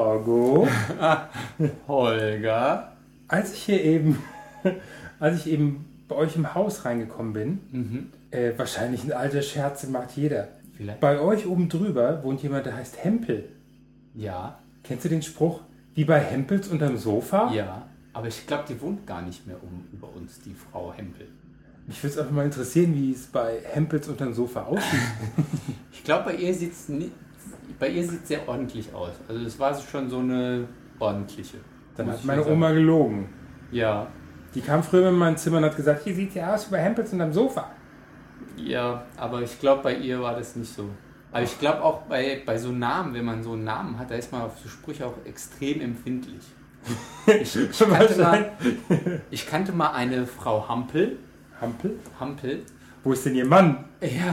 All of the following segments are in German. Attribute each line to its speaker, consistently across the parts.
Speaker 1: Jago,
Speaker 2: Holger.
Speaker 1: als ich hier eben, als ich eben bei euch im Haus reingekommen bin, äh, wahrscheinlich ein alter Scherz, den macht jeder.
Speaker 2: Mhm. Vielleicht.
Speaker 1: Bei euch oben drüber wohnt jemand, der heißt Hempel.
Speaker 2: Ja,
Speaker 1: Kennst du den Spruch? Wie bei Hempels unterm Sofa?
Speaker 2: ja. Aber ich glaube, die wohnt gar nicht mehr um über uns, die Frau Hempel.
Speaker 1: Mich würde es einfach mal interessieren, wie es bei Hempels unterm Sofa aussieht.
Speaker 2: Ich glaube, bei ihr sieht es bei ihr sieht's sehr ordentlich aus. Also es war schon so eine ordentliche.
Speaker 1: Dann
Speaker 2: muss
Speaker 1: hat
Speaker 2: ich
Speaker 1: meine
Speaker 2: schon
Speaker 1: Oma
Speaker 2: sagen.
Speaker 1: gelogen.
Speaker 2: Ja,
Speaker 1: Die kam früher in mein Zimmer und hat gesagt, hier sieht ja aus wie bei Hempels unterm Sofa.
Speaker 2: ja. Aber ich glaube, bei ihr war das nicht so. Aber ich glaube auch bei, bei so Namen, wenn man so einen Namen hat, da ist man auf so Sprüche auch extrem empfindlich. Ich, ich, kannte, mal, ich kannte mal eine Frau Hampel.
Speaker 1: Hampel?
Speaker 2: Hampel.
Speaker 1: Wo ist denn ihr Mann?
Speaker 2: Ja.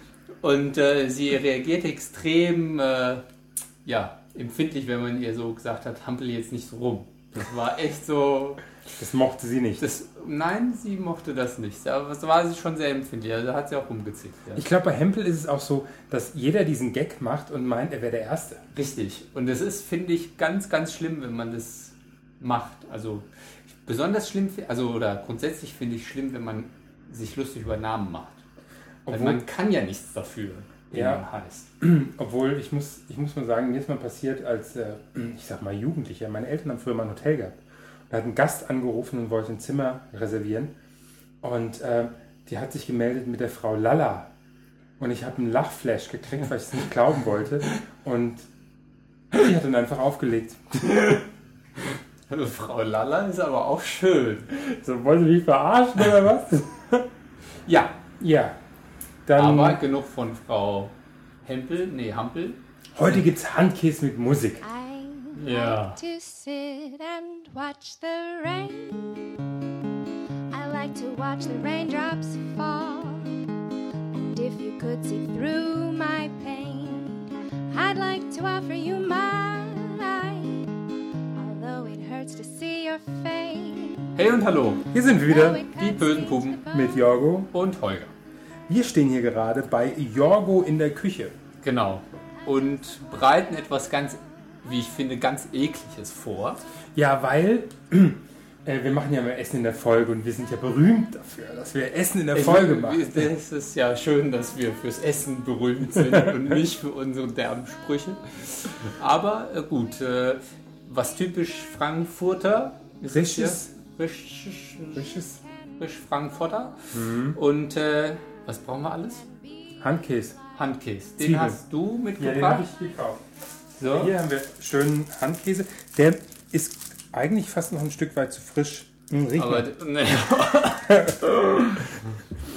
Speaker 2: Und äh, sie reagiert extrem äh, ja, empfindlich, wenn man ihr so gesagt hat, hampel jetzt nicht so rum. Das war echt so.
Speaker 1: Das mochte sie nicht.
Speaker 2: Das, nein, sie mochte das nicht. Aber das war sie schon sehr empfindlich. Also da hat sie auch rumgezickt. Ja.
Speaker 1: Ich glaube, bei Hempel ist es auch so, dass jeder diesen Gag macht und meint, er wäre der Erste.
Speaker 2: Richtig. Und das ist, finde ich, ganz, ganz schlimm, wenn man das macht. Also besonders schlimm, fi- also oder grundsätzlich finde ich schlimm, wenn man sich lustig über Namen macht. Weil
Speaker 1: Obwohl-
Speaker 2: man kann ja nichts dafür, wie
Speaker 1: Ja.
Speaker 2: man heißt.
Speaker 1: Obwohl, ich muss, ich muss mal sagen, mir ist mal passiert, als, äh, ich sag mal, Jugendlicher, meine Eltern haben früher mal ein Hotel gehabt. Da hat ein Gast angerufen und wollte ein Zimmer reservieren. Und äh, die hat sich gemeldet mit der Frau Lala. Und ich habe einen Lachflash gekriegt, weil ich es nicht glauben wollte. Und die hat dann einfach aufgelegt.
Speaker 2: Also Frau Lala ist aber auch schön.
Speaker 1: So, wollte mich verarschen oder was?
Speaker 2: Ja,
Speaker 1: ja. Dann,
Speaker 2: aber genug von Frau Hempel, nee, Hampel.
Speaker 1: heute gibt es Handkäse mit Musik.
Speaker 3: I
Speaker 2: Yeah.
Speaker 3: like to sit and watch the rain. I like to watch the raindrops fall. And if you could see through my pain, I'd like to offer you mine. Although it hurts to see your face.
Speaker 2: Hey und hallo,
Speaker 1: Hier sind wir wieder
Speaker 3: though it
Speaker 2: die
Speaker 3: cuts
Speaker 2: bösen
Speaker 3: me to
Speaker 2: Puppen
Speaker 3: the
Speaker 1: mit
Speaker 3: bone.
Speaker 1: Jorgo.
Speaker 2: und Holger.
Speaker 1: Wir stehen hier gerade bei Jorgo in der Küche.
Speaker 2: Genau. Und breiten etwas ganz, wie ich finde, ganz ekliges vor.
Speaker 1: Ja, weil äh, wir machen ja mal Essen in der Folge und wir sind ja berühmt dafür, dass wir Essen in der Folge machen.
Speaker 2: Es ist ja schön, dass wir fürs Essen berühmt sind und nicht für unsere derben Sprüche. Aber äh, gut, äh, was typisch Frankfurter ist es
Speaker 1: Risches.
Speaker 2: ja? Risch,
Speaker 1: Frisches
Speaker 2: Risch Frankfurter.
Speaker 1: Mhm.
Speaker 2: Und äh, was brauchen wir alles?
Speaker 1: Handkäse.
Speaker 2: Handkäse. Den
Speaker 1: Zwiebeln.
Speaker 2: hast du mitgebracht.
Speaker 1: ich gekauft.
Speaker 2: so.
Speaker 1: Hier haben wir schönen Handkäse. Der ist eigentlich fast noch ein Stück weit zu frisch. Hm, riecht
Speaker 2: Aber
Speaker 1: mal.
Speaker 2: ne.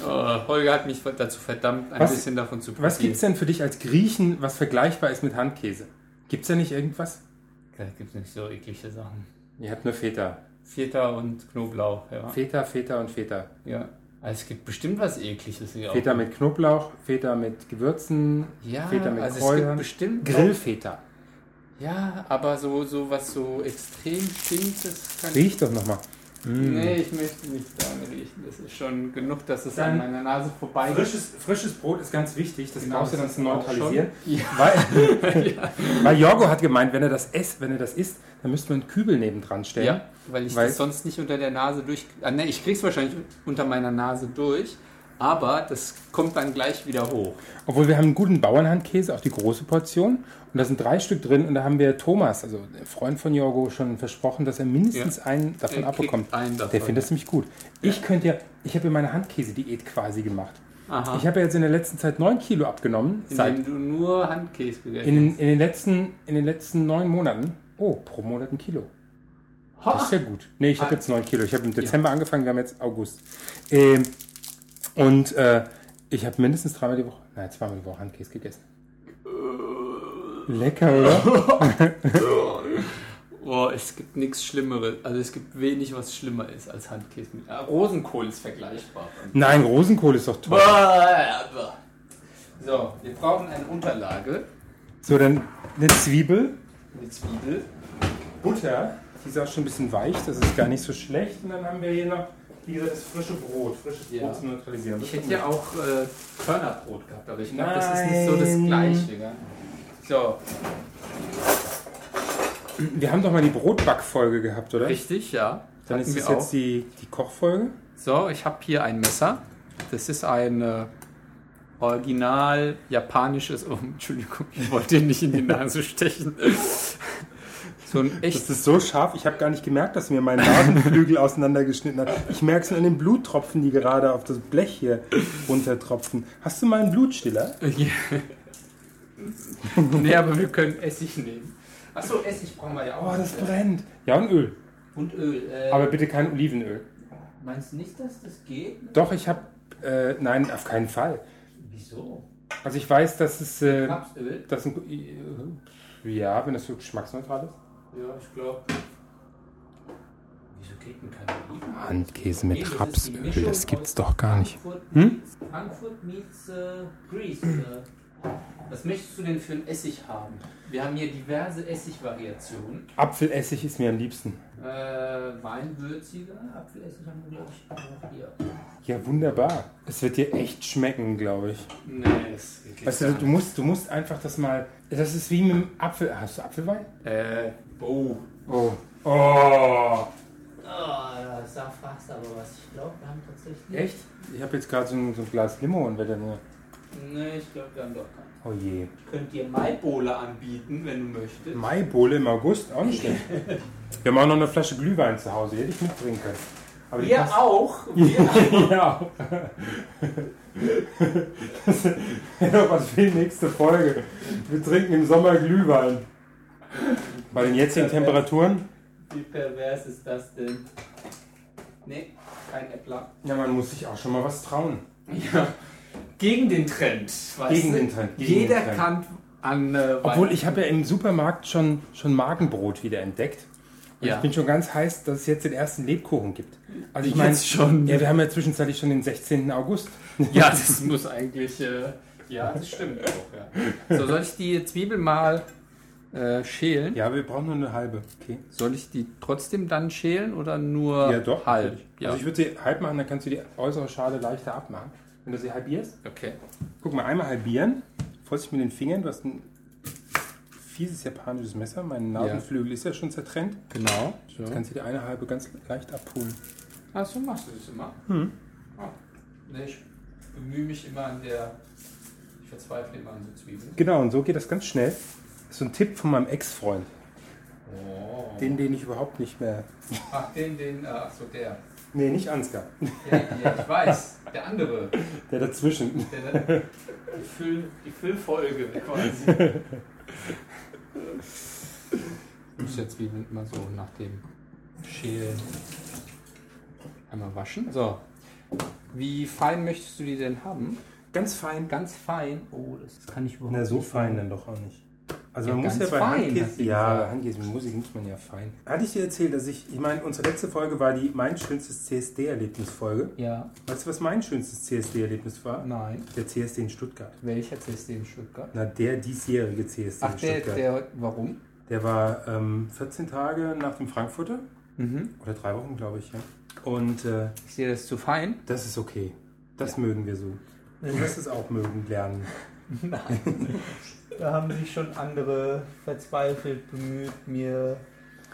Speaker 2: oh, Holger hat mich dazu verdammt, ein
Speaker 1: Was-
Speaker 2: bisschen davon zu
Speaker 1: was gibt's denn für dich als Griechen, was vergleichbar ist mit Handkäse? Gibt's da nicht irgendwas?
Speaker 2: Da gibt es nicht so eklige Sachen.
Speaker 1: Ihr habt nur Feta.
Speaker 2: Feta und Knoblauch, ja.
Speaker 1: Feta, Feta und Feta.
Speaker 2: ja. Also es gibt bestimmt was Ekliges hier
Speaker 1: Feta
Speaker 2: auch.
Speaker 1: mit Knoblauch, Feta mit Gewürzen,
Speaker 2: Ja,
Speaker 1: Feta mit
Speaker 2: also es gibt
Speaker 1: Kräutern.
Speaker 2: bestimmt
Speaker 1: Grillfeta.
Speaker 2: Ja, aber so, so was so extrem stinkt, das kann
Speaker 1: Riech doch nochmal. Hm.
Speaker 2: Nee, ich möchte nicht daran riechen. Das ist schon genug, dass es
Speaker 1: Dann
Speaker 2: an meiner Nase vorbei
Speaker 1: Frisches, frisches Brot ist ganz wichtig, das
Speaker 2: Genau,
Speaker 1: brauchst du
Speaker 2: das
Speaker 1: dann zu
Speaker 2: ist auch
Speaker 1: neutralisieren.
Speaker 2: schon. Ja.
Speaker 1: Weil, weil Jorgo hat gemeint, wenn er das isst, wenn er das isst, dann müsste man einen Kübel nebendran stellen.
Speaker 2: Ja, weil ich
Speaker 1: Weil-
Speaker 2: das sonst nicht unter der Nase durch. Ah, ne, ich krieg's wahrscheinlich unter meiner Nase durch, aber das kommt dann gleich wieder hoch.
Speaker 1: Obwohl wir haben einen guten Bauernhandkäse, auch die große Portion. Und da sind drei Stück drin und da haben wir Thomas, also der Freund von Jorgo, schon versprochen, dass er mindestens
Speaker 2: Ja.
Speaker 1: einen davon
Speaker 2: Er
Speaker 1: abbekommt.
Speaker 2: kriegt einen davon.
Speaker 1: Der findet das nämlich gut. Ich könnte ja, ich habe ja meine Handkäse-Diät quasi gemacht.
Speaker 2: Aha.
Speaker 1: Ich habe ja jetzt in der letzten Zeit neun Kilo abgenommen.
Speaker 2: Indem du nur Handkäse
Speaker 1: In
Speaker 2: gegessen
Speaker 1: den, in, den letzten, in den letzten neun Monaten. Oh, pro Monat ein Kilo. Das ist ja gut. Nee, ich habe jetzt neun Kilo. Ich habe im Dezember angefangen, wir haben jetzt August. Ähm, und äh, ich habe mindestens dreimal die Woche, nein, zweimal die Woche Handkäse gegessen. Lecker, oder?
Speaker 2: hast. Boah, Oh, es gibt nichts Schlimmeres. Also es gibt wenig, was schlimmer ist als Handkäse. Mit, ah, Rosenkohl ist vergleichbar.
Speaker 1: Nein, Rosenkohl ist doch toll.
Speaker 2: So, wir brauchen eine Unterlage.
Speaker 1: So, dann eine Zwiebel.
Speaker 2: Eine Zwiebel.
Speaker 1: Butter. Die ist auch schon ein bisschen weich, das ist gar nicht so schlecht. Und dann haben wir hier noch, wie gesagt, das frische Brot. Frisches
Speaker 2: Ja.
Speaker 1: Brot zu neutralisieren.
Speaker 2: Ich hätte ja auch äh, Körnerbrot gehabt, aber ich glaube, das ist
Speaker 1: Nein.
Speaker 2: nicht so das Gleiche. Gell? So,
Speaker 1: Wir haben doch mal die Brotbackfolge gehabt, oder?
Speaker 2: Richtig, ja.
Speaker 1: Dann
Speaker 2: Hatten
Speaker 1: ist
Speaker 2: wir
Speaker 1: es
Speaker 2: auch.
Speaker 1: jetzt die, die Kochfolge.
Speaker 2: So, ich habe hier ein Messer. Das ist ein äh, original japanisches. Oh, Entschuldigung, ich wollte dir nicht in die Nase stechen. so ein
Speaker 1: Das
Speaker 2: echtes.
Speaker 1: ist so scharf, ich habe gar nicht gemerkt, dass mir mein Nasenflügel auseinandergeschnitten hat. Ich merke es an den Bluttropfen, die gerade auf das Blech hier runtertropfen. Hast du mal einen Blutstiller?
Speaker 2: nee, aber wir können Essig nehmen. Achso, Essig brauchen wir ja
Speaker 1: Oh, das brennt. Ja, und Öl.
Speaker 2: Und Öl. Äh,
Speaker 1: Aber bitte kein Olivenöl.
Speaker 2: meinst du nicht, dass das geht?
Speaker 1: Doch, ich habe... Äh, nein, auf keinen Fall.
Speaker 2: Wieso?
Speaker 1: Also ich weiß, dass es... Äh,
Speaker 2: Rapsöl?
Speaker 1: dass ein, äh, ja, wenn das so geschmacksneutral ist.
Speaker 2: Ja, ich glaube. Wieso geht denn kein Oliven?
Speaker 1: Handkäse
Speaker 2: Nee, das ist die Mischung aus Frankfurt
Speaker 1: Hm?
Speaker 2: meets- Frankfurt meets äh, Greece. Äh, was möchtest du denn für einen Essig haben? Wir haben hier diverse Essigvariationen.
Speaker 1: Apfelessig ist mir am liebsten.
Speaker 2: Äh, Weinwürziger, Apfelessig haben wir, glaube ich, auch hier.
Speaker 1: Ja, wunderbar. Es wird dir echt schmecken, glaube ich.
Speaker 2: Nee, das geht
Speaker 1: Weißt du, du musst, du musst einfach das mal. Das ist wie mit dem Apfel. Hast du Apfelwein?
Speaker 2: Äh, oh.
Speaker 1: Oh. Oh.
Speaker 2: Oh, da fragst du aber was. Ich glaube, wir haben tatsächlich.
Speaker 1: Echt? Ich habe jetzt gerade so, ein- so ein Glas Limo und werde nur.
Speaker 2: Nee, ich glaube, wir haben doch keinen.
Speaker 1: Oh je.
Speaker 2: Ich könnte dir Maibowle anbieten, wenn du möchtest.
Speaker 1: Maibowle im August, auch nicht schlecht. Wir haben auch noch eine Flasche Glühwein zu Hause, die hätte ich mitbringen können. Aber die
Speaker 2: wir
Speaker 1: passt-
Speaker 2: auch. Wir
Speaker 1: Ja. Das wäre doch was für die nächste Folge. Wir trinken im Sommer Glühwein. Bei den jetzigen Temperaturen?
Speaker 2: Wie pervers ist das denn? Nee, kein Äppler.
Speaker 1: Ja, man muss sich auch schon mal was trauen.
Speaker 2: Ja. Gegen den Trend. Weißt
Speaker 1: Gegen
Speaker 2: du?
Speaker 1: den Trend, gegen
Speaker 2: Jeder
Speaker 1: den Trend.
Speaker 2: kann an. Äh,
Speaker 1: Obwohl, ich habe ja im Supermarkt schon, schon Magenbrot wieder entdeckt. Und
Speaker 2: Ja.
Speaker 1: ich bin schon ganz heiß, dass es jetzt den ersten Lebkuchen gibt. Also ich meine,
Speaker 2: Jetzt schon.
Speaker 1: Ja, wir haben ja zwischenzeitlich schon den 16. August.
Speaker 2: Ja, das muss eigentlich. Äh, ja, das stimmt auch. Ja. So, soll ich die Zwiebel mal äh, schälen?
Speaker 1: Ja, wir brauchen nur eine halbe. Okay.
Speaker 2: Soll ich die trotzdem dann schälen oder nur
Speaker 1: Ja, doch.
Speaker 2: halb?
Speaker 1: natürlich.
Speaker 2: Ja.
Speaker 1: Also ich würde sie halb machen, dann kannst du die äußere Schale leichter abmachen. Wenn du sie halbierst.
Speaker 2: okay.
Speaker 1: Guck mal, einmal halbieren. Vorsicht mit den Fingern. Du hast ein fieses japanisches Messer. Mein Nasenflügel ist ja schon zertrennt.
Speaker 2: Genau. So.
Speaker 1: Jetzt kannst du die eine halbe ganz leicht abpulen.
Speaker 2: Ach so, machst du das immer?
Speaker 1: Hm.
Speaker 2: Ah. Nee, ich bemühe mich immer an der. Ich verzweifle immer an so Zwiebeln.
Speaker 1: Genau, und so geht das ganz schnell. Das ist so ein Tipp von meinem Ex-Freund.
Speaker 2: Oh.
Speaker 1: Den, den ich überhaupt nicht mehr...
Speaker 2: Ach, den, den, äh, ach so, der.
Speaker 1: Nee, nicht Ansgar.
Speaker 2: Ja, ja, ich weiß. Der andere.
Speaker 1: Der dazwischen.
Speaker 2: Der, die, Füll, die Füllfolge quasi. Muss jetzt wie immer so nach dem Schälen einmal waschen. So. Wie fein möchtest du die denn haben?
Speaker 1: Ganz fein.
Speaker 2: Ganz fein. Oh, das kann ich überhaupt
Speaker 1: Na, so
Speaker 2: nicht
Speaker 1: fein
Speaker 2: machen.
Speaker 1: dann doch auch nicht. Also
Speaker 2: Ja,
Speaker 1: man muss ja
Speaker 2: ganz
Speaker 1: bei
Speaker 2: fein, hast
Speaker 1: Handkäse,
Speaker 2: du
Speaker 1: ja,
Speaker 2: gesagt.
Speaker 1: bei Handkäse mit Musik muss man ja fein. Hatte ich dir erzählt, dass ich, ich meine, unsere letzte Folge war die mein schönstes CSD-Erlebnis-Folge.
Speaker 2: Ja,
Speaker 1: Weißt du, was mein schönstes CSD-Erlebnis war?
Speaker 2: nein.
Speaker 1: Der CSD in Stuttgart.
Speaker 2: Welcher CSD in Stuttgart?
Speaker 1: Na, der diesjährige CSD
Speaker 2: Ach,
Speaker 1: in
Speaker 2: der,
Speaker 1: Stuttgart.
Speaker 2: der, warum?
Speaker 1: Der war ähm, 14 Tage nach dem Frankfurter. Oder drei Wochen, glaube ich, ja. Mhm. Und äh,
Speaker 2: Ich sehe das ist zu fein.
Speaker 1: das ist okay. Das mögen wir so. Du wirst es auch mögen lernen.
Speaker 4: Da haben sich schon andere verzweifelt bemüht, mir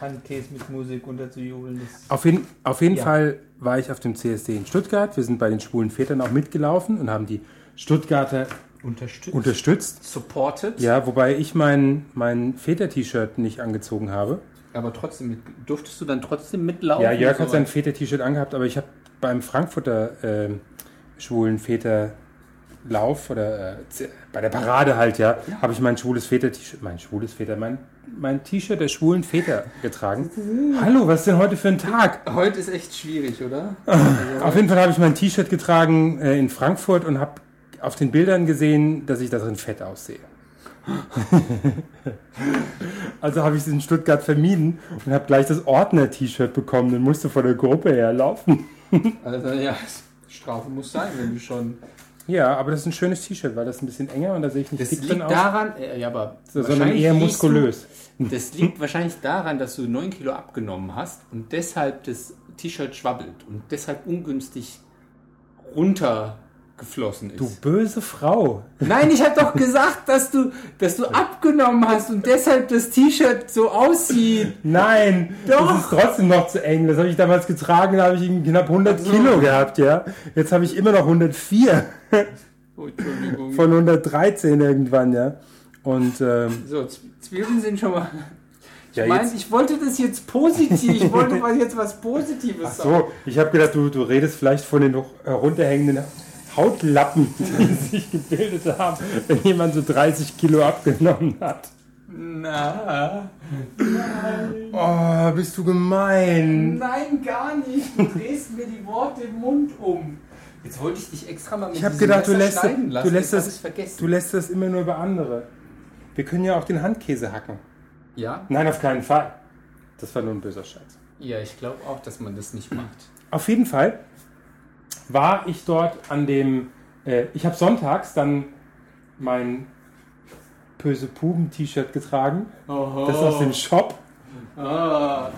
Speaker 4: Handkäse mit Musik unterzujubeln. Das
Speaker 1: Auf jeden, auf jeden
Speaker 4: Ja.
Speaker 1: Fall war ich auf dem CSD in Stuttgart. Wir sind bei den schwulen Vätern auch mitgelaufen und haben die Stuttgarter
Speaker 2: Unterstützt.
Speaker 1: unterstützt.
Speaker 2: Supported.
Speaker 1: Ja, wobei ich mein, mein Väter-T-Shirt nicht angezogen habe.
Speaker 2: Aber trotzdem, mit, durftest du dann trotzdem mitlaufen?
Speaker 1: Ja, Jörg
Speaker 2: und
Speaker 1: hat
Speaker 2: so
Speaker 1: sein Väter-T-Shirt angehabt, aber ich habe beim Frankfurter ähm, schwulen Väterlauf oder äh, Z- bei der Parade halt, ja, habe ich mein schwules Väter-T-Shirt, mein schwules Väter, mein, mein T-Shirt der schwulen Väter getragen. Hallo, was ist denn heute für ein Tag?
Speaker 2: weiter? Heute ist echt schwierig, oder?
Speaker 1: Auf jeden Fall habe ich mein T-Shirt getragen äh, in Frankfurt und habe auf den Bildern gesehen, dass ich darin fett aussehe. also habe ich es in Stuttgart vermieden und habe gleich das Ordner-T-Shirt bekommen und musste vor der Gruppe herlaufen.
Speaker 2: Also ja, Strafe muss sein, wenn du schon.
Speaker 1: Ja, aber das ist ein schönes T-Shirt, weil das ein bisschen enger und da sehe ich nicht
Speaker 2: Das
Speaker 1: dick
Speaker 2: liegt daran, äh, ja, aber
Speaker 1: sondern
Speaker 2: wahrscheinlich
Speaker 1: eher
Speaker 2: liegst
Speaker 1: muskulös.
Speaker 2: Du, das liegt wahrscheinlich daran, dass du 9 Kilo abgenommen hast und deshalb das T-Shirt schwabbelt und deshalb ungünstig runter geflossen ist.
Speaker 1: Du Oh, böse Frau.
Speaker 2: Nein, ich habe doch gesagt, dass du, dass du abgenommen hast und deshalb das T-Shirt so aussieht.
Speaker 1: Nein,
Speaker 2: Doch.
Speaker 1: das ist trotzdem noch zu eng. Das habe ich damals getragen, da habe ich irgendwie knapp 100 Kilo gehabt, ja. Jetzt habe ich immer noch 104
Speaker 2: Oh, Entschuldigung.
Speaker 1: von 113 irgendwann, ja. Und ähm,
Speaker 2: so, Z- Zwiebeln sind schon mal. Ich
Speaker 1: ja,
Speaker 2: meine,
Speaker 1: jetzt,
Speaker 2: ich wollte das jetzt positiv. Ich wollte mal jetzt was Positives
Speaker 1: so, ich habe gedacht, du, du redest vielleicht von den noch herunterhängenden Hautlappen, die sich gebildet haben, wenn jemand so 30 Kilo abgenommen hat.
Speaker 2: Na.
Speaker 1: Oh, bist du gemein.
Speaker 2: Nein, gar nicht. Du drehst mir die Worte im Mund um. Jetzt wollte ich dich extra mal mit
Speaker 1: Ich hab
Speaker 2: diesem
Speaker 1: gedacht, du
Speaker 2: Messer
Speaker 1: lässt-
Speaker 2: schneiden
Speaker 1: du
Speaker 2: lassen.
Speaker 1: lässt
Speaker 2: Jetzt hab
Speaker 1: das-
Speaker 2: ich's vergessen.
Speaker 1: Du lässt das immer nur über andere. Wir können ja auch den Handkäse hacken.
Speaker 2: ja?
Speaker 1: Nein, auf keinen Fall. Das war nur ein böser Scherz.
Speaker 2: Ja, ich glaube auch, dass man das nicht macht.
Speaker 1: Auf jeden Fall war ich dort an dem. Äh, ich habe sonntags dann mein böse Puben-T-Shirt getragen. Das ist aus dem Shop,
Speaker 2: Ah,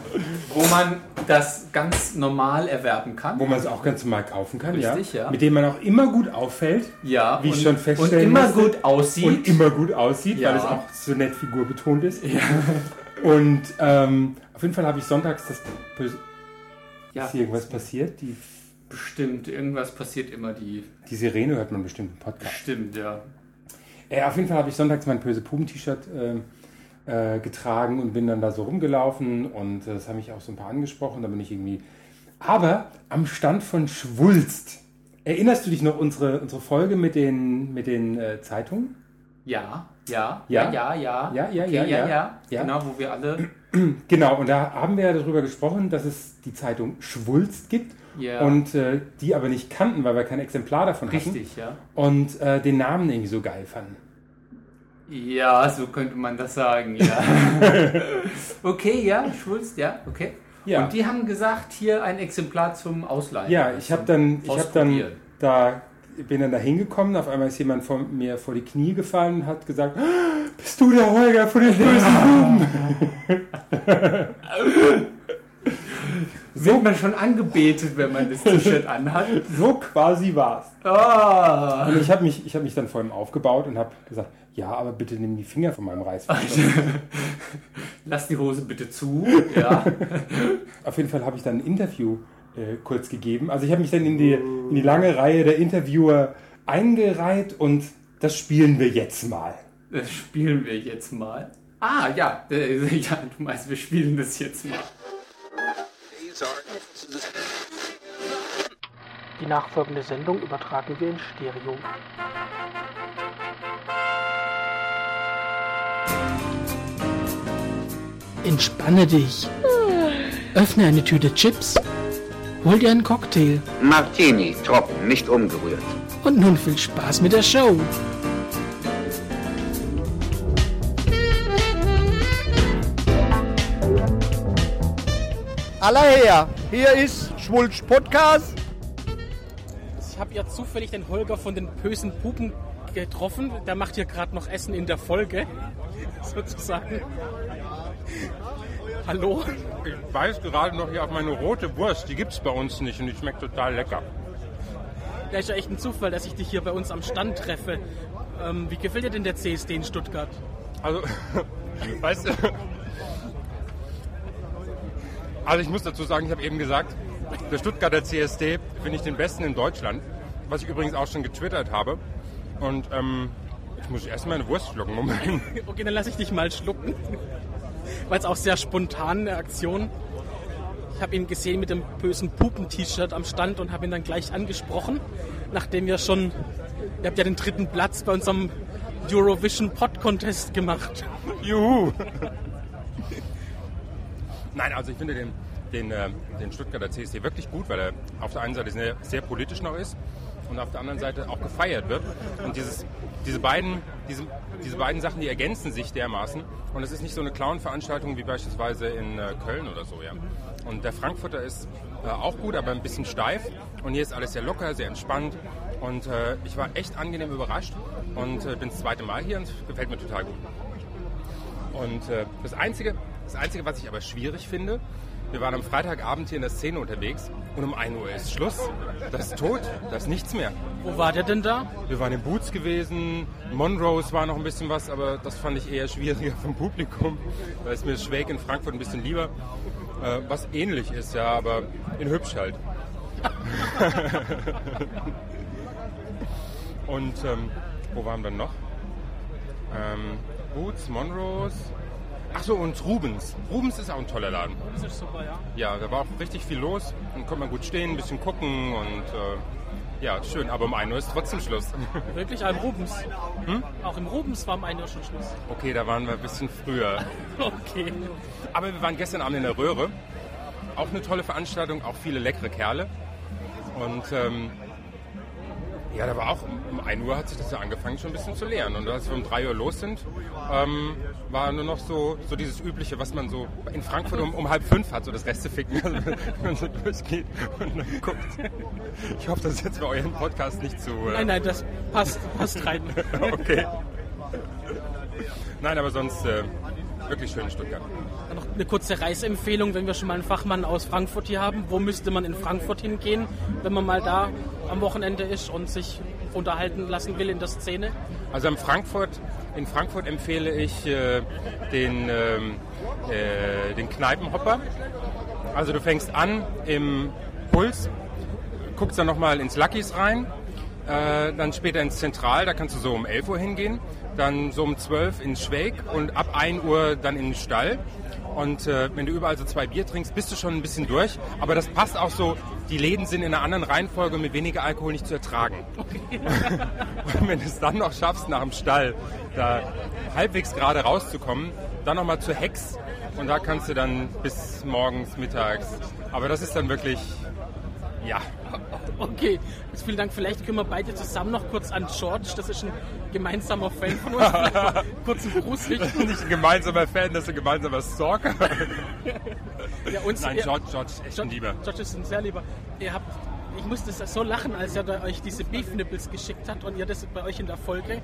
Speaker 2: wo man das ganz normal erwerben kann.
Speaker 1: wo man es auch ganz normal kaufen kann.
Speaker 2: Richtig, ja.
Speaker 1: Mit dem man auch immer gut auffällt
Speaker 2: ja,
Speaker 1: Wie
Speaker 2: und,
Speaker 1: ich schon feststellen
Speaker 2: Und immer
Speaker 1: musste.
Speaker 2: gut aussieht.
Speaker 1: und immer gut aussieht,
Speaker 2: Ja.
Speaker 1: weil es auch so nett Figur betont ist. Und ähm, auf jeden Fall habe ich sonntags das böse.
Speaker 2: ja,
Speaker 1: Ist hier irgendwas passiert? Die,
Speaker 2: bestimmt. Irgendwas passiert immer die.
Speaker 1: die Sirene hört man bestimmt im Podcast.
Speaker 2: Stimmt, ja.
Speaker 1: Äh, auf jeden Fall habe ich sonntags mein böse Puben-T-Shirt ähm, äh, getragen und bin dann da so rumgelaufen und äh, das haben mich auch so ein paar angesprochen. Da bin ich irgendwie. Aber am Stand von Schwulst. Erinnerst du dich noch unsere, unsere Folge mit den, mit den äh, Zeitungen?
Speaker 2: Ja, ja,
Speaker 1: Ja.
Speaker 2: ja, ja.
Speaker 1: Ja, ja,
Speaker 2: okay,
Speaker 1: ja,
Speaker 2: ja,
Speaker 1: ja.
Speaker 2: ja.
Speaker 1: Ja.
Speaker 2: Genau, wo wir alle.
Speaker 1: Genau, und da haben wir ja darüber gesprochen, dass es die Zeitung Schwulst gibt
Speaker 2: Ja,
Speaker 1: und äh, die aber nicht kannten, weil wir kein Exemplar davon hatten
Speaker 2: richtig, ja.
Speaker 1: und äh, den Namen irgendwie so geil fanden.
Speaker 2: Ja, so könnte man das sagen, ja. okay, ja, Schwulst, ja, okay.
Speaker 1: Ja.
Speaker 2: Und die haben gesagt, hier ein Exemplar zum Ausleihen.
Speaker 1: Ja, ich habe dann, ich hab dann
Speaker 2: Ausprobieren.
Speaker 1: da bin dann da hingekommen. Auf einmal ist jemand vor mir vor die Knie gefallen und hat gesagt: "Ah, "Bist du der Holger von den bösen Buben?"
Speaker 2: Wird man schon angebetet, wenn man das T-Shirt anhat?
Speaker 1: So quasi war's.
Speaker 2: Ah.
Speaker 1: Und ich habe mich, ich habe mich dann vor ihm aufgebaut und habe gesagt: "Ja, aber bitte nimm die Finger von meinem Reißverschluss."
Speaker 2: Lass die Hose bitte zu. Ja.
Speaker 1: Auf jeden Fall habe ich dann ein Interview äh, kurz gegeben. Also ich habe mich dann in die in die lange Reihe der Interviewer eingereiht und das spielen wir jetzt mal.
Speaker 2: Das spielen wir jetzt mal. Ah, ja. äh, ja. Du meinst, wir spielen das jetzt mal.
Speaker 5: These are instances
Speaker 6: Die nachfolgende Sendung übertragen wir in Stereo. Entspanne dich. Öffne eine Tüte Chips. Hol dir einen Cocktail.
Speaker 7: Martini, trocken, nicht umgerührt.
Speaker 6: Und nun viel Spaß mit der Show.
Speaker 8: Alle her, hier ist Schwulsch Podcast.
Speaker 6: Ich habe ja zufällig den Holger von den bösen Pupen getroffen. Der macht hier gerade noch Essen in der Folge. Sozusagen. Hallo.
Speaker 9: Ich weiß gerade noch hier auf meine rote Wurst, die gibt's bei uns nicht und die schmeckt total lecker.
Speaker 6: Ja, ist ja echt ein Zufall, dass ich dich hier bei uns am Stand treffe. Ähm, wie gefällt dir denn der CSD in Stuttgart?
Speaker 9: Also, weißt du, also ich muss dazu sagen, ich habe eben gesagt, der Stuttgarter CSD finde ich den besten in Deutschland, was ich übrigens auch schon getwittert habe. Und ähm, ich muss erst mal eine Wurst schlucken. Moment.
Speaker 6: Okay, dann lasse ich dich mal schlucken. War jetzt auch sehr spontan eine Aktion. Ich habe ihn gesehen mit dem bösen Pupen-T-Shirt am Stand und habe ihn dann gleich angesprochen, nachdem wir schon, ihr habt ja den dritten Platz bei unserem Eurovision Pod Contest gemacht.
Speaker 9: Juhu! Nein, also ich finde den, den, äh, den Stuttgarter CSD wirklich gut, weil er auf der einen Seite sehr, sehr politisch noch ist und auf der anderen Seite auch gefeiert wird. Und dieses, diese, beiden, diese, diese beiden Sachen, die ergänzen sich dermaßen. Und es ist nicht so eine Clown-Veranstaltung wie beispielsweise in äh, Köln oder so. Ja. Und der Frankfurter ist äh, auch gut, aber ein bisschen steif. Und hier ist alles sehr locker, sehr entspannt. Und äh, ich war echt angenehm überrascht und äh, bin das zweite Mal hier und es gefällt mir total gut. Und äh, das, Einzige, das Einzige, was ich aber schwierig finde,
Speaker 1: Wir waren am Freitagabend hier in der Szene unterwegs und um 1 Uhr ist Schluss. Das ist tot, das ist nichts mehr.
Speaker 6: Wo war der denn da?
Speaker 1: Wir waren in Boots gewesen, Monroes war noch ein bisschen was, aber das fand ich eher schwieriger vom Publikum. Da ist mir Schwäg in Frankfurt ein bisschen lieber, äh, was ähnlich ist, ja, aber in hübsch halt. Und ähm, wo waren wir noch? Ähm, Boots, Monroes. Achso, und Rubens. Rubens ist auch ein toller Laden.
Speaker 6: Das ist super, ja.
Speaker 1: Ja, da war auch richtig viel los und konnte man gut stehen, ein bisschen gucken und äh, ja, schön. Aber um 1 Uhr ist trotzdem Schluss.
Speaker 6: Wirklich, am Rubens. Auch im Rubens war am Ende schon Schluss.
Speaker 1: Okay, da waren wir ein bisschen früher.
Speaker 6: Okay.
Speaker 1: Aber wir waren gestern Abend in der Röhre. Auch eine tolle Veranstaltung, auch viele leckere Kerle. Und ähm, ja, da war auch um 1 Uhr hat sich das ja angefangen schon ein bisschen zu leeren. Und als wir um 3 Uhr los sind, ähm, war nur noch so, so dieses Übliche, was man so in Frankfurt um, um halb fünf hat, so das Resteficken, also wenn man so durchgeht und dann guckt. Ich hoffe, das ist jetzt bei eurem Podcast nicht zu... Äh,
Speaker 6: Nein, nein, das passt, passt rein.
Speaker 1: Okay. Nein, aber sonst äh, wirklich schön in Stuttgart.
Speaker 6: Dann Noch eine kurze Reiseempfehlung, wenn wir schon mal einen Fachmann aus Frankfurt hier haben. Wo müsste man in Frankfurt hingehen, wenn man mal da am Wochenende ist und sich unterhalten lassen will in der Szene?
Speaker 1: Also in Frankfurt, in Frankfurt empfehle ich äh, den, ähm, äh, den Kneipenhopper. Also du fängst an im Puls, guckst dann nochmal ins Luckys rein, äh, dann später ins Zentral, da kannst du so um 11 Uhr hingehen, dann so um 12 ins Schwäg und ab 1 Uhr dann in den Stall. Und äh, wenn du überall so zwei Bier trinkst, bist du schon ein bisschen durch. Aber das passt auch so, die Läden sind in einer anderen Reihenfolge mit weniger Alkohol nicht zu ertragen. Und wenn du es dann noch schaffst, nach dem Stall da halbwegs gerade rauszukommen, dann nochmal zur Hex und da kannst du dann bis morgens, mittags. Aber das ist dann wirklich, ja,
Speaker 6: Okay, Jetzt vielen Dank. Vielleicht können wir beide zusammen noch kurz an George, das ist ein gemeinsamer Fan von uns, vielleicht mal kurz einen Gruß richten.
Speaker 1: nicht ein gemeinsamer Fan, das ist ein gemeinsamer Stalker.
Speaker 6: Ja, uns,
Speaker 1: Nein,
Speaker 6: Also ihr-
Speaker 1: George, George, ist echt ein
Speaker 6: George,
Speaker 1: Lieber.
Speaker 6: George ist ein sehr lieber. Ihr habt, ich musste so lachen, als er da euch diese Beef Nipples geschickt hat und ihr das bei euch in der Folge.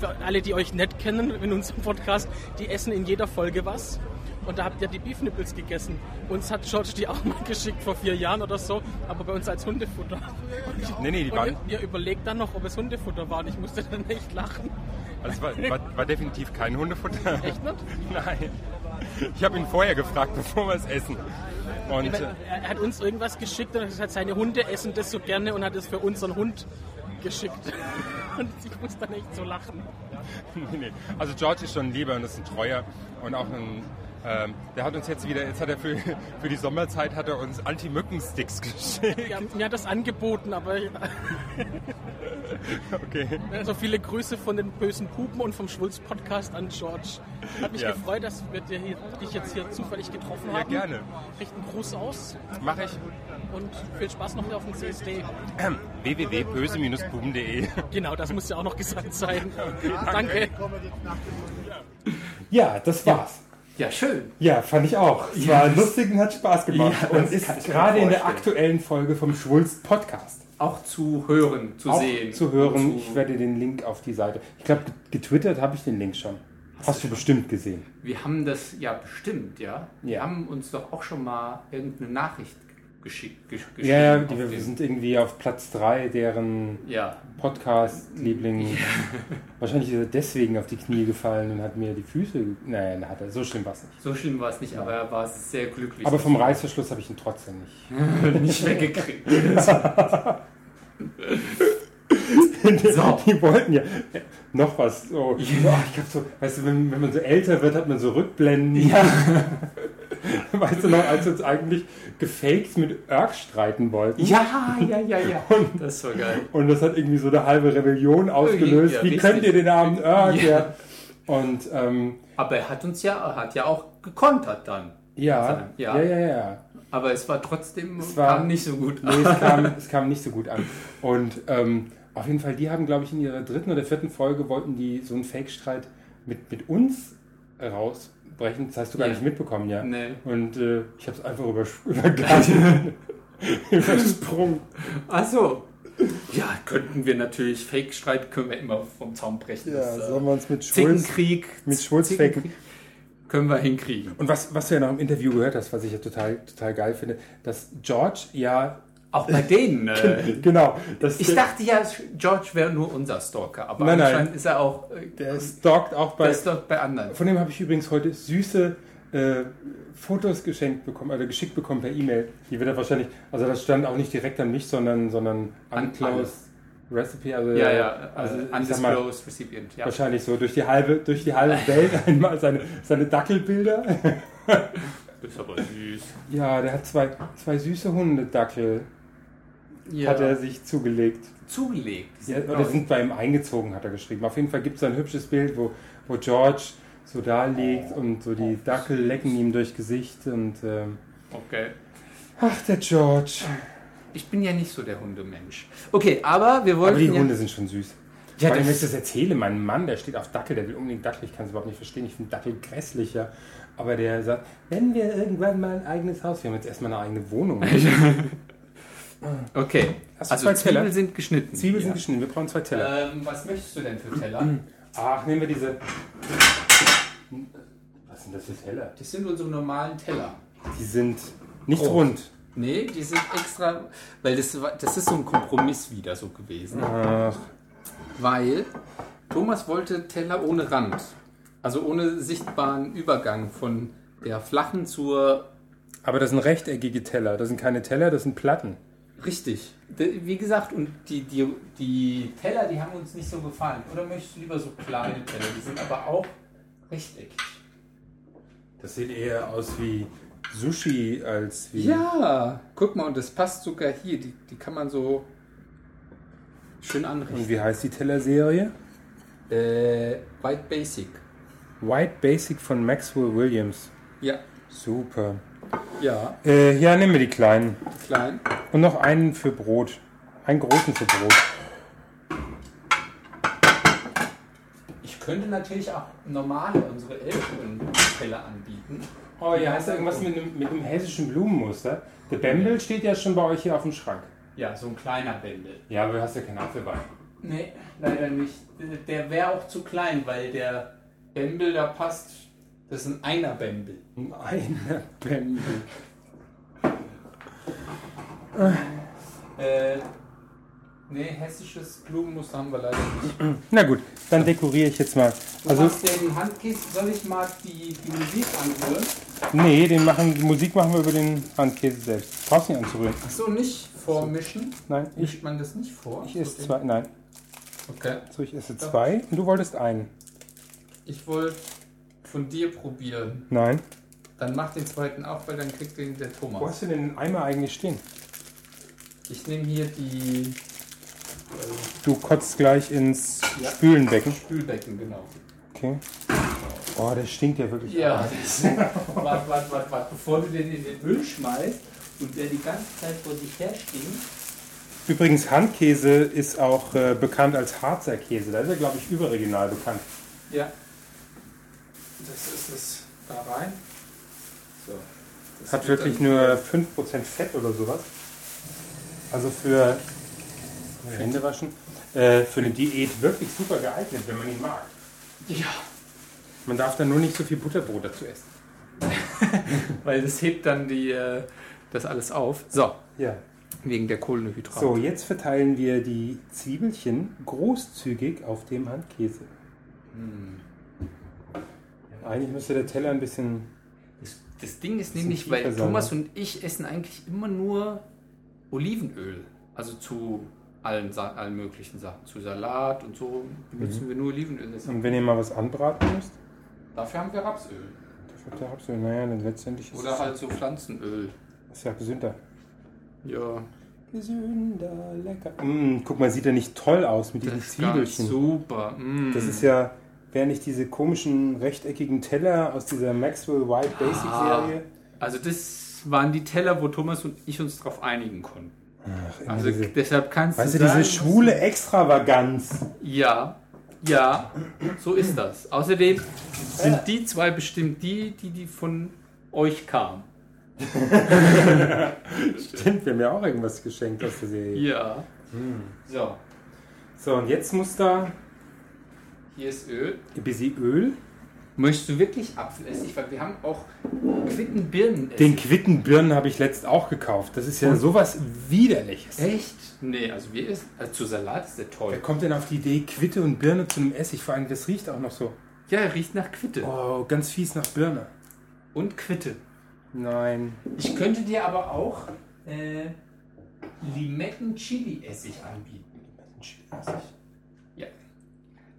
Speaker 6: Für alle, die euch nicht kennen in unserem Podcast, die essen in jeder Folge was. Und da habt ihr die Beef Nipples gegessen. Uns hat George die auch mal geschickt vor vier Jahren oder so, aber bei uns als Hundefutter.
Speaker 1: Nee, nee, die
Speaker 6: Und
Speaker 1: waren,
Speaker 6: ihr, ihr überlegt dann noch, ob es Hundefutter war und ich musste dann echt lachen.
Speaker 1: also war, war, war definitiv kein Hundefutter.
Speaker 6: Echt nicht?
Speaker 1: Nein. Ich habe ihn vorher gefragt, bevor wir es essen. Und äh,
Speaker 6: Er hat uns irgendwas geschickt und hat seine Hunde essen das so gerne und hat es für unseren Hund geschickt. Und ich muss dann echt so lachen.
Speaker 1: nee, nee. also George ist schon lieber und ist ein treuer und auch ein ähm, der hat uns jetzt wieder, jetzt hat er für, für die Sommerzeit hat er uns Anti-Mücken-Sticks geschickt.
Speaker 6: Ja, mir hat das angeboten, aber ich,
Speaker 1: Okay.
Speaker 6: also viele Grüße von den bösen Pupen und vom Schwulz-Podcast an George. Hat mich
Speaker 1: Ja.
Speaker 6: gefreut, dass wir dir hier, dich jetzt hier zufällig getroffen
Speaker 1: Ja,
Speaker 6: haben.
Speaker 1: gerne.
Speaker 6: Richten Gruß aus
Speaker 1: Mache ich
Speaker 6: und viel Spaß noch hier auf dem CSD.
Speaker 1: www.böse-buben.de.
Speaker 6: Genau, das muss ja auch noch gesagt sein. danke.
Speaker 1: danke.
Speaker 10: Ja, das war's.
Speaker 2: Ja, schön.
Speaker 10: Ja, fand ich auch. Es war lustig und hat Spaß gemacht.
Speaker 2: Ja,
Speaker 10: und
Speaker 2: das
Speaker 10: ist
Speaker 2: kann ich mir
Speaker 10: gerade in der
Speaker 2: vorstellen.
Speaker 10: aktuellen Folge vom Schwulst Podcast
Speaker 2: Auch zu hören, zu
Speaker 10: auch
Speaker 2: sehen.
Speaker 10: zu hören.
Speaker 2: Zu,
Speaker 10: Ich werde den Link auf die Seite. Ich glaube, getwittert habe ich den Link schon. Hast du bestimmt gesehen.
Speaker 2: wir haben das ja bestimmt, ja. Wir
Speaker 10: Ja.
Speaker 2: haben uns doch auch schon mal irgendeine Nachricht geschickt. Gesch geschrieben
Speaker 10: Ja, ja,
Speaker 2: auf
Speaker 10: die, wir
Speaker 2: den-
Speaker 10: sind irgendwie auf Platz 3 deren
Speaker 2: Ja,
Speaker 10: Podcast-Liebling. Wahrscheinlich ist er deswegen auf die Knie gefallen und hat mir die Füße. ge- Nein, hat er. So schlimm war es nicht.
Speaker 2: so schlimm war es nicht, aber er war sehr glücklich.
Speaker 10: Aber
Speaker 2: dass
Speaker 10: vom
Speaker 2: er
Speaker 10: Reißverschluss habe ich ihn trotzdem nicht.
Speaker 2: nicht weggekriegt.
Speaker 10: So. Die wollten ja äh, noch was. So. Oh, ich hab so, weißt du, wenn, wenn man so älter wird, hat man so Rückblenden. Weißt du noch, als wir uns eigentlich gefaked mit Irk streiten wollten?
Speaker 2: Ja, ja, ja, ja. Das war geil.
Speaker 10: Und das hat irgendwie so eine halbe Rebellion ausgelöst.
Speaker 2: Ja,
Speaker 10: Wie
Speaker 2: richtig.
Speaker 10: könnt ihr den armen Irk?
Speaker 2: Ja.
Speaker 10: Ja. Und ähm,
Speaker 2: Aber er hat uns ja, er hat ja auch gekontert dann.
Speaker 10: ja,
Speaker 2: Ja.
Speaker 10: ja, ja, ja, ja.
Speaker 2: Aber es war trotzdem
Speaker 10: Es war-
Speaker 2: kam nicht so gut.
Speaker 10: Nee, es kam, es kam nicht so gut an. Und ähm, auf jeden Fall, die haben, glaube ich, in ihrer dritten oder vierten Folge wollten die so einen Fake-Streit mit, mit uns rausbrechen. Das hast du gar
Speaker 2: Ja.
Speaker 10: nicht mitbekommen, ja.
Speaker 2: Nee.
Speaker 10: Und äh, ich habe es einfach übersch- übergangen. Übersprungen.
Speaker 2: Ach so. Ja, könnten wir natürlich Fake-Streit können wir immer vom Zaun brechen. Das, äh,
Speaker 10: wir uns mit
Speaker 2: Zickenkrieg.
Speaker 10: mit Schwulz faken.
Speaker 2: Können wir hinkriegen.
Speaker 1: Und was, was du ja noch im Interview gehört hast, was ich ja total, total geil finde, dass George ja,
Speaker 2: Auch bei denen. Äh,
Speaker 1: genau, dass
Speaker 2: ich
Speaker 1: der-
Speaker 2: dachte ja, George wäre nur unser Stalker, aber
Speaker 1: Nein, nein.
Speaker 2: anscheinend ist er auch äh,
Speaker 1: der stalkt auch bei,
Speaker 2: der stalkt bei anderen.
Speaker 1: Von dem habe ich übrigens heute süße äh, Fotos geschenkt bekommen, oder geschickt bekommen per E-Mail. Die wird er wahrscheinlich, also das stand auch nicht direkt an mich, sondern, sondern an
Speaker 2: An
Speaker 1: Klaus Recipe. Also,
Speaker 2: Ja, ja,
Speaker 1: also
Speaker 2: also
Speaker 1: ich sag mal,
Speaker 2: undisclosed recipient. Ja.
Speaker 1: wahrscheinlich so durch die halbe, durch die halbe Welt einmal seine, seine Dackelbilder.
Speaker 2: Ist aber süß.
Speaker 1: Ja, der hat zwei, zwei süße Hundedackel,
Speaker 2: Ja.
Speaker 1: hat er sich zugelegt.
Speaker 2: zugelegt. Die
Speaker 1: Ja,
Speaker 2: sind
Speaker 1: oder
Speaker 2: neu.
Speaker 1: sind bei ihm eingezogen, hat er geschrieben. Auf jeden Fall gibt es ein hübsches Bild, wo, wo George so da liegt und so die Dackel lecken ihm durchs Gesicht und ähm,
Speaker 2: Okay.
Speaker 1: ach der George.
Speaker 2: Ich bin ja nicht so der Hundemensch. Okay, aber wir wollten.
Speaker 1: Aber die
Speaker 2: ja,
Speaker 1: Hunde sind schon süß.
Speaker 2: Ja,
Speaker 1: Vor allem,
Speaker 2: das-
Speaker 1: wenn ich das erzähle, mein Mann, der steht auf Dackel, der will unbedingt Dackel, ich kann es überhaupt nicht verstehen, ich finde Dackel grässlicher. Aber der sagt, wenn wir irgendwann mal ein eigenes Haus, wir haben jetzt erstmal eine eigene Wohnung.
Speaker 2: Okay.
Speaker 1: Hast du
Speaker 2: Also
Speaker 1: zwei
Speaker 2: Zwiebeln
Speaker 1: Teller?
Speaker 2: sind geschnitten.
Speaker 1: Zwiebeln
Speaker 2: ja.
Speaker 1: sind geschnitten, Mhm. wir brauchen zwei Teller.
Speaker 2: Ähm, was möchtest du denn für Teller?
Speaker 1: Ach, nehmen wir diese. Was sind das für Teller?
Speaker 2: Das sind unsere normalen Teller.
Speaker 1: Die sind nicht
Speaker 2: Groß.
Speaker 1: rund.
Speaker 2: Nee, die sind extra, weil das, war- das ist so ein Kompromiss wieder so gewesen.
Speaker 1: Ach,
Speaker 2: Weil Thomas wollte Teller ohne Rand, also ohne sichtbaren Übergang von der flachen zur
Speaker 1: Aber das sind rechteckige Teller. Das sind keine Teller, das sind Platten.
Speaker 2: richtig. D- Wie gesagt, und die, die, die Teller, die haben uns nicht so gefallen. Oder möchtest du lieber so kleine Teller? Die sind aber auch rechteckig.
Speaker 1: Das sieht eher aus wie Sushi als wie.
Speaker 2: Ja, guck mal, und das passt sogar hier. Die, die kann man so schön
Speaker 1: Und
Speaker 2: anrichten.
Speaker 1: wie heißt die Tellerserie?
Speaker 2: Äh, White Basic.
Speaker 1: White Basic von Maxwell Williams.
Speaker 2: Ja,
Speaker 1: Super.
Speaker 2: ja,
Speaker 1: Äh, ja, nehmen wir die kleinen.
Speaker 2: klein.
Speaker 1: Und noch einen für Brot. Einen großen für Brot.
Speaker 2: Ich könnte natürlich auch normale, unsere Elfenteller anbieten.
Speaker 1: Oh ja, hast du irgendwas mit einem, mit einem hessischen Blumenmuster? Der Bembel steht ja schon bei euch hier auf dem Schrank.
Speaker 2: Ja, so ein kleiner Bändel.
Speaker 1: Ja, aber du hast ja keinen Apfelwein.
Speaker 2: Nee, leider nicht. Der wäre auch zu klein, weil der Bändel da passt. Das ist ein einer Bändel.
Speaker 1: Ein Bembel.
Speaker 2: Äh, nee, hessisches Blumenmuster haben wir leider nicht.
Speaker 1: Na gut, dann dekoriere ich jetzt mal.
Speaker 2: Du
Speaker 1: Also,
Speaker 2: hast den Handkiss, soll ich mal die, die Musik anrühren?
Speaker 1: nee, den machen, die Musik machen wir über den Handkäse selbst. Brauchst nicht anzurühren.
Speaker 2: Achso, nicht vormischen.
Speaker 1: Nein, ich,
Speaker 2: Mischt man das nicht vor?
Speaker 1: ich esse zwei. Nein,
Speaker 2: Okay.
Speaker 1: so ich esse zwei und du wolltest einen.
Speaker 2: Ich wollte von dir probieren.
Speaker 1: Nein.
Speaker 2: Dann mach den zweiten auf, weil dann kriegt den der Thomas.
Speaker 1: Wo hast du denn den Eimer eigentlich stehen?
Speaker 2: Ich nehme hier die
Speaker 1: Du kotzt gleich ins
Speaker 2: Ja.
Speaker 1: Spülenbecken.
Speaker 2: Spülbecken, genau.
Speaker 1: Okay. Oh, der stinkt ja wirklich.
Speaker 2: Ja, das warte, warte, warte, warte, bevor du den in den Müll schmeißt und der die ganze Zeit vor sich her stinkt.
Speaker 1: Übrigens, Handkäse ist auch äh, bekannt als Harzer Käse. Da ist er, glaube ich, überregional bekannt.
Speaker 2: Ja. Das ist es da rein. So. Das
Speaker 1: Hat
Speaker 2: wird
Speaker 1: wirklich
Speaker 2: dann-
Speaker 1: nur 5% Fett oder sowas. Also für für Hände waschen. Äh, für eine Diät wirklich super geeignet, wenn man ihn mag.
Speaker 2: Ja,
Speaker 1: Man darf dann nur nicht so viel Butterbrot dazu essen.
Speaker 2: weil das hebt dann die, äh, das alles auf. So,
Speaker 1: Ja.
Speaker 2: wegen der Kohlenhydrate.
Speaker 1: So, jetzt verteilen wir die Zwiebelchen großzügig auf dem Handkäse. Hm. Eigentlich müsste der Teller ein bisschen.
Speaker 2: Das, das Ding ist
Speaker 1: Bisschen
Speaker 2: nämlich, weil
Speaker 1: tiefer sein,
Speaker 2: Thomas
Speaker 1: ne?
Speaker 2: und ich essen eigentlich immer nur Olivenöl. Also zu allen, Sa- allen möglichen Sachen. Zu Salat und so benutzen wir nur Olivenöl. Deshalb.
Speaker 1: Und wenn ihr mal was anbraten müsst,
Speaker 2: Dafür haben wir Rapsöl.
Speaker 1: ich hab da auch so, naja, dann letztendlich ist
Speaker 2: Oder halt so Pflanzenöl.
Speaker 1: es ist ja gesünder.
Speaker 2: Ja,
Speaker 1: Gesünder, lecker. Mm, guck mal, sieht er nicht toll aus mit diesen
Speaker 2: das ist ganz
Speaker 1: Zwiebelchen.
Speaker 2: super. Mm.
Speaker 1: Das ist ja, wären nicht diese komischen rechteckigen Teller aus dieser Maxwell White Basic Serie.
Speaker 2: also das waren die Teller, wo Thomas und ich uns drauf einigen konnten.
Speaker 1: Ach,
Speaker 2: Also
Speaker 1: diese,
Speaker 2: deshalb kannst
Speaker 1: weißt
Speaker 2: du
Speaker 1: du, diese
Speaker 2: sagen,
Speaker 1: schwule Extravaganz.
Speaker 2: Ja, ja, so ist das. Außerdem sind die zwei bestimmt die, die, die von euch kamen.
Speaker 1: Stimmt, wir haben ja auch irgendwas geschenkt aus der Serie.
Speaker 2: Ja.
Speaker 1: Hm.
Speaker 2: So,
Speaker 1: So, und jetzt muss da
Speaker 2: hier ist Öl.
Speaker 1: ein bisschen Öl.
Speaker 2: Möchtest du wirklich Apfel essen? Ich, weiß, wir haben auch Quittenbirnen.
Speaker 1: Den Quittenbirnen habe ich letzt auch gekauft. Das ist ja sowas widerliches.
Speaker 2: Echt? Nee, also wir essen. Also zu Salat ist der
Speaker 1: Wer
Speaker 2: toll.
Speaker 1: kommt denn auf die Idee, Quitte und Birne zu einem Essig? Vor allem, das riecht auch noch so.
Speaker 2: Ja, er riecht nach Quitte.
Speaker 1: Oh, ganz fies nach Birne.
Speaker 2: Und Quitte.
Speaker 1: Nein.
Speaker 2: Ich könnte dir aber auch äh, Limetten-Chili-Essig anbieten. Ja.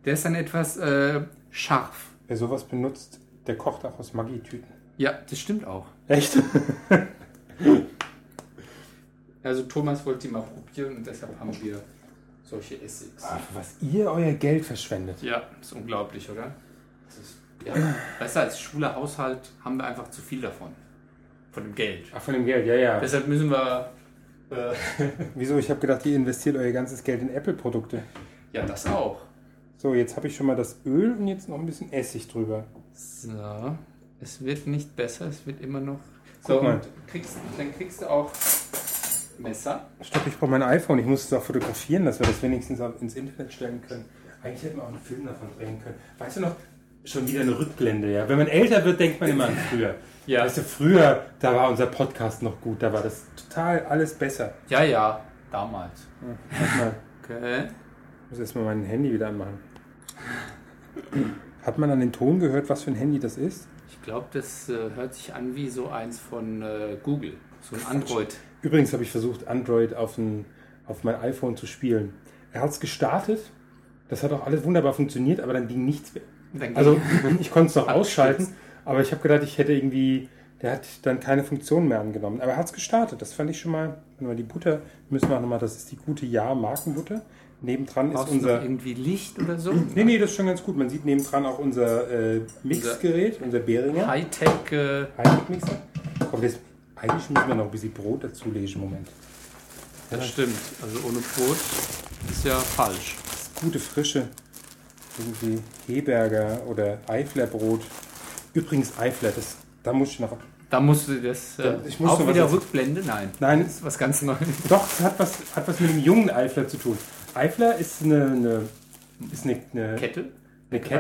Speaker 2: Der ist dann etwas äh, scharf.
Speaker 1: Wer sowas benutzt, der kocht auch aus Maggi-Tüten.
Speaker 2: Ja, das stimmt auch.
Speaker 1: Echt?
Speaker 2: Also Thomas wollte die mal probieren und deshalb haben wir solche Essigs.
Speaker 1: Was ihr euer Geld verschwendet.
Speaker 2: Ja, ist unglaublich, oder? Das ist, ja, besser als schwuler Haushalt haben wir einfach zu viel davon. Von dem Geld.
Speaker 1: Ach, von dem Geld, ja, ja.
Speaker 2: Deshalb müssen wir. Äh,
Speaker 1: Wieso? Ich habe gedacht, ihr investiert euer ganzes Geld in Apple-Produkte.
Speaker 2: ja, das auch.
Speaker 1: So, jetzt habe ich schon mal das Öl und jetzt noch ein bisschen Essig drüber.
Speaker 2: So, es wird nicht besser, es wird immer noch. So,
Speaker 1: Guck mal.
Speaker 2: und kriegst, dann kriegst du auch Messer.
Speaker 1: Stopp, ich brauche mein iPhone. Ich muss es auch fotografieren, dass wir das wenigstens auf- ins Internet stellen können. Eigentlich hätten wir auch einen Film davon drehen können. Weißt du noch, schon wieder eine Rückblende, ja? Wenn man älter wird, denkt man immer an früher.
Speaker 2: Ja.
Speaker 1: Weißt du, früher, da war unser Podcast noch gut, da war das total alles besser.
Speaker 2: Ja, ja, damals.
Speaker 1: Warte mal,
Speaker 2: Okay.
Speaker 1: ich muss erstmal mein Handy wieder anmachen. Hat man an den Ton gehört, was für ein Handy das ist?
Speaker 2: Ich glaube, das äh, hört sich an wie so eins von äh, Google. So ein Android.
Speaker 1: Übrigens habe ich versucht, Android auf, ein, auf mein iPhone zu spielen. Er hat es gestartet, das hat auch alles wunderbar funktioniert, aber dann ging nichts mehr.
Speaker 2: Dann geht-
Speaker 1: Also ich konnte es noch ausschalten, aber ich habe gedacht, ich hätte irgendwie, der hat dann keine Funktion mehr angenommen. Aber er hat es gestartet, das fand ich schon mal. Wenn wir die Butter, müssen wir auch nochmal, das ist die gute Ja-Markenbutter. Nebendran ist
Speaker 2: brauchst du noch
Speaker 1: unser...
Speaker 2: irgendwie Licht oder so?
Speaker 1: Nee, nee, das ist schon ganz gut. Man sieht nebendran auch unser äh, Mixgerät, unser Behringer.
Speaker 2: Hightech. Äh,
Speaker 1: Heimatmixer. Komm, jetzt, eigentlich müssen wir noch ein bisschen Brot dazu legen, Moment.
Speaker 2: das stimmt. Also ohne Brot ist ja falsch.
Speaker 1: gute Frische. Irgendwie Heberger oder Eiflerbrot. Übrigens Eifler, das, da muss ich noch.
Speaker 2: Da musst du das. Äh,
Speaker 1: Ich muss
Speaker 2: auch
Speaker 1: noch was
Speaker 2: wieder
Speaker 1: dazu-
Speaker 2: Rückblende? Nein.
Speaker 1: Nein,
Speaker 2: Das
Speaker 1: es,
Speaker 2: ist was ganz Neues.
Speaker 1: doch, es hat was, hat was mit dem jungen Eifler zu tun. Eifler ist eine, eine, ist eine, eine,
Speaker 2: Kette?
Speaker 1: eine Kette,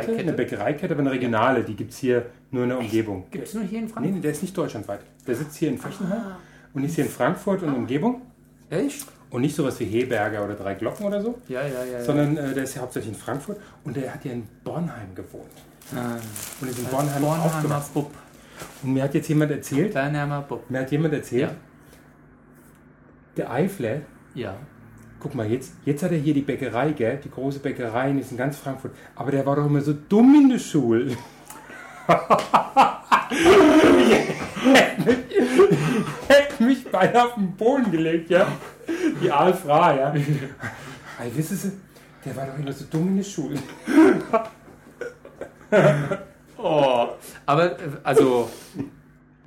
Speaker 2: Bäckereikette?
Speaker 1: eine Bäckereikette, aber eine regionale. Die gibt es hier nur in der Umgebung.
Speaker 2: Gibt es nur hier in
Speaker 1: Nee,
Speaker 2: Frankfurt?
Speaker 1: nee, der ist nicht deutschlandweit. Der sitzt hier in Fechenheim
Speaker 2: Ah.
Speaker 1: und ist hier in Frankfurt und Umgebung.
Speaker 2: Echt?
Speaker 1: Und nicht sowas wie Heberger oder Drei Glocken oder so,
Speaker 2: Ja, ja, ja. ja.
Speaker 1: sondern äh, der ist ja hauptsächlich in Frankfurt und der hat ja in Bornheim gewohnt.
Speaker 2: Ah.
Speaker 1: Und ist in Bornheim
Speaker 2: Bornheimer
Speaker 1: aufgewachsen.
Speaker 2: Bub.
Speaker 1: Und mir hat jetzt jemand erzählt,
Speaker 2: Bornheimer Bub.
Speaker 1: Mir hat jemand erzählt,
Speaker 2: Ja.
Speaker 1: der Eifler,
Speaker 2: Ja.
Speaker 1: guck mal jetzt, jetzt hat er hier die Bäckerei, gell? Die große Bäckerei ist in ganz Frankfurt. Aber der war doch immer so dumm in der Schule. ich hätte mich beinahe auf den Boden gelegt, ja? Die Alfra, ja? Ey, wissen Sie, der war doch immer so dumm in der Schule.
Speaker 2: Oh. Aber, äh, also,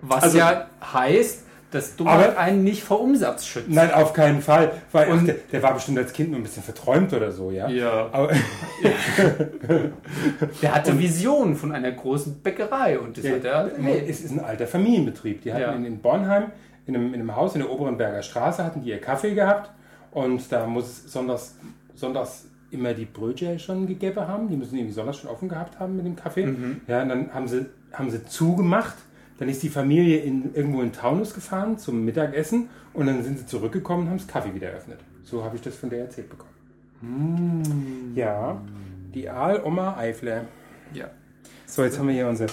Speaker 2: was
Speaker 1: Also-
Speaker 2: ja heißt, dass du halt
Speaker 1: Aber-
Speaker 2: einen nicht vor Umsatz schützt.
Speaker 1: Nein, auf keinen Fall. Weil
Speaker 2: Und-
Speaker 1: der, der war bestimmt als Kind nur ein bisschen verträumt oder so, ja?
Speaker 2: Ja.
Speaker 1: Aber,
Speaker 2: Der hatte Visionen von einer großen Bäckerei und das hat er. halt
Speaker 1: Nee, es ist ein alter Familienbetrieb. Die hatten
Speaker 2: Ja.
Speaker 1: in, in Bornheim, in einem, in einem Haus in der oberen Berger Straße, hatten die ihr Kaffee gehabt. Und da muss es sonntags, sonntags immer die Brötchen schon gegeben haben. Die müssen irgendwie sonntags schon offen gehabt haben mit dem Kaffee.
Speaker 2: Mhm.
Speaker 1: Ja, und dann haben sie, haben sie zugemacht. Dann ist die Familie in, irgendwo in Taunus gefahren zum Mittagessen. Und dann sind sie zurückgekommen und haben das Kaffee wieder eröffnet. So habe ich das von der erzählt bekommen.
Speaker 2: Mhm.
Speaker 1: Ja, die Aal-Oma Eifler.
Speaker 2: Ja.
Speaker 1: So, jetzt haben wir hier unsere...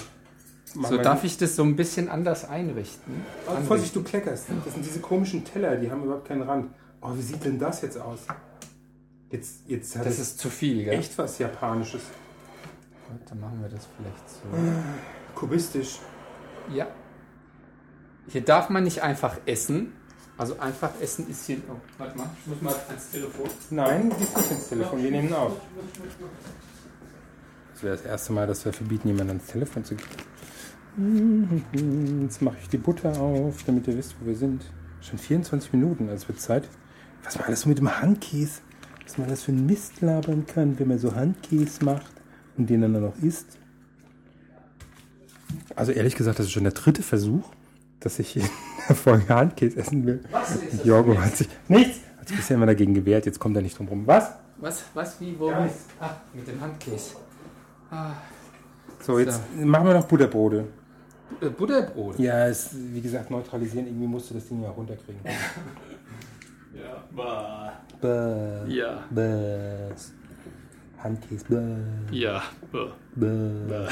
Speaker 2: So darf ich das so ein bisschen anders einrichten.
Speaker 1: Oh, Vorsicht, du kleckerst. Das sind diese komischen Teller, die haben überhaupt keinen Rand. Oh, wie sieht denn das jetzt aus? Jetzt, jetzt hat
Speaker 2: Das
Speaker 1: es
Speaker 2: ist zu viel, gell?
Speaker 1: echt was Japanisches.
Speaker 2: Dann machen wir das vielleicht so.
Speaker 1: Kubistisch.
Speaker 2: Ja. Hier darf man nicht einfach essen. Also einfach essen ist hier. Oh, warte mal, ich muss mal ans Telefon.
Speaker 1: Nein, gehst nicht ins Telefon, wir nehmen auf. Das wäre das erste Mal, dass wir verbieten, jemanden ans Telefon zu gehen. Jetzt mache ich die Butter auf, damit ihr wisst, wo wir sind. Schon 24 Minuten, also es wird Zeit. Was man alles so mit dem Handkäse, was man alles für einen Mist labern kann, wenn man so Handkäse macht und den dann nur noch isst. Also ehrlich gesagt, das ist schon der dritte Versuch, dass ich in der Folge Handkäse essen will.
Speaker 2: Was ist
Speaker 1: Jorgo hat sich nichts, hat sich bisher immer dagegen gewehrt, jetzt kommt er nicht drum rum. Was?
Speaker 2: Was, was, wie, wo?
Speaker 1: Geist.
Speaker 2: Ah, mit dem Handkäse. Ah,
Speaker 1: So, jetzt machen wir noch Butterbrote.
Speaker 2: Äh, Butterbrot.
Speaker 1: Ja, es, wie gesagt, neutralisieren. Irgendwie musst du das Ding ja runterkriegen.
Speaker 2: Ja.
Speaker 1: Bäh,
Speaker 2: Ja.
Speaker 1: bäh. Handkäse, bäh,
Speaker 2: Ja.
Speaker 1: bäh.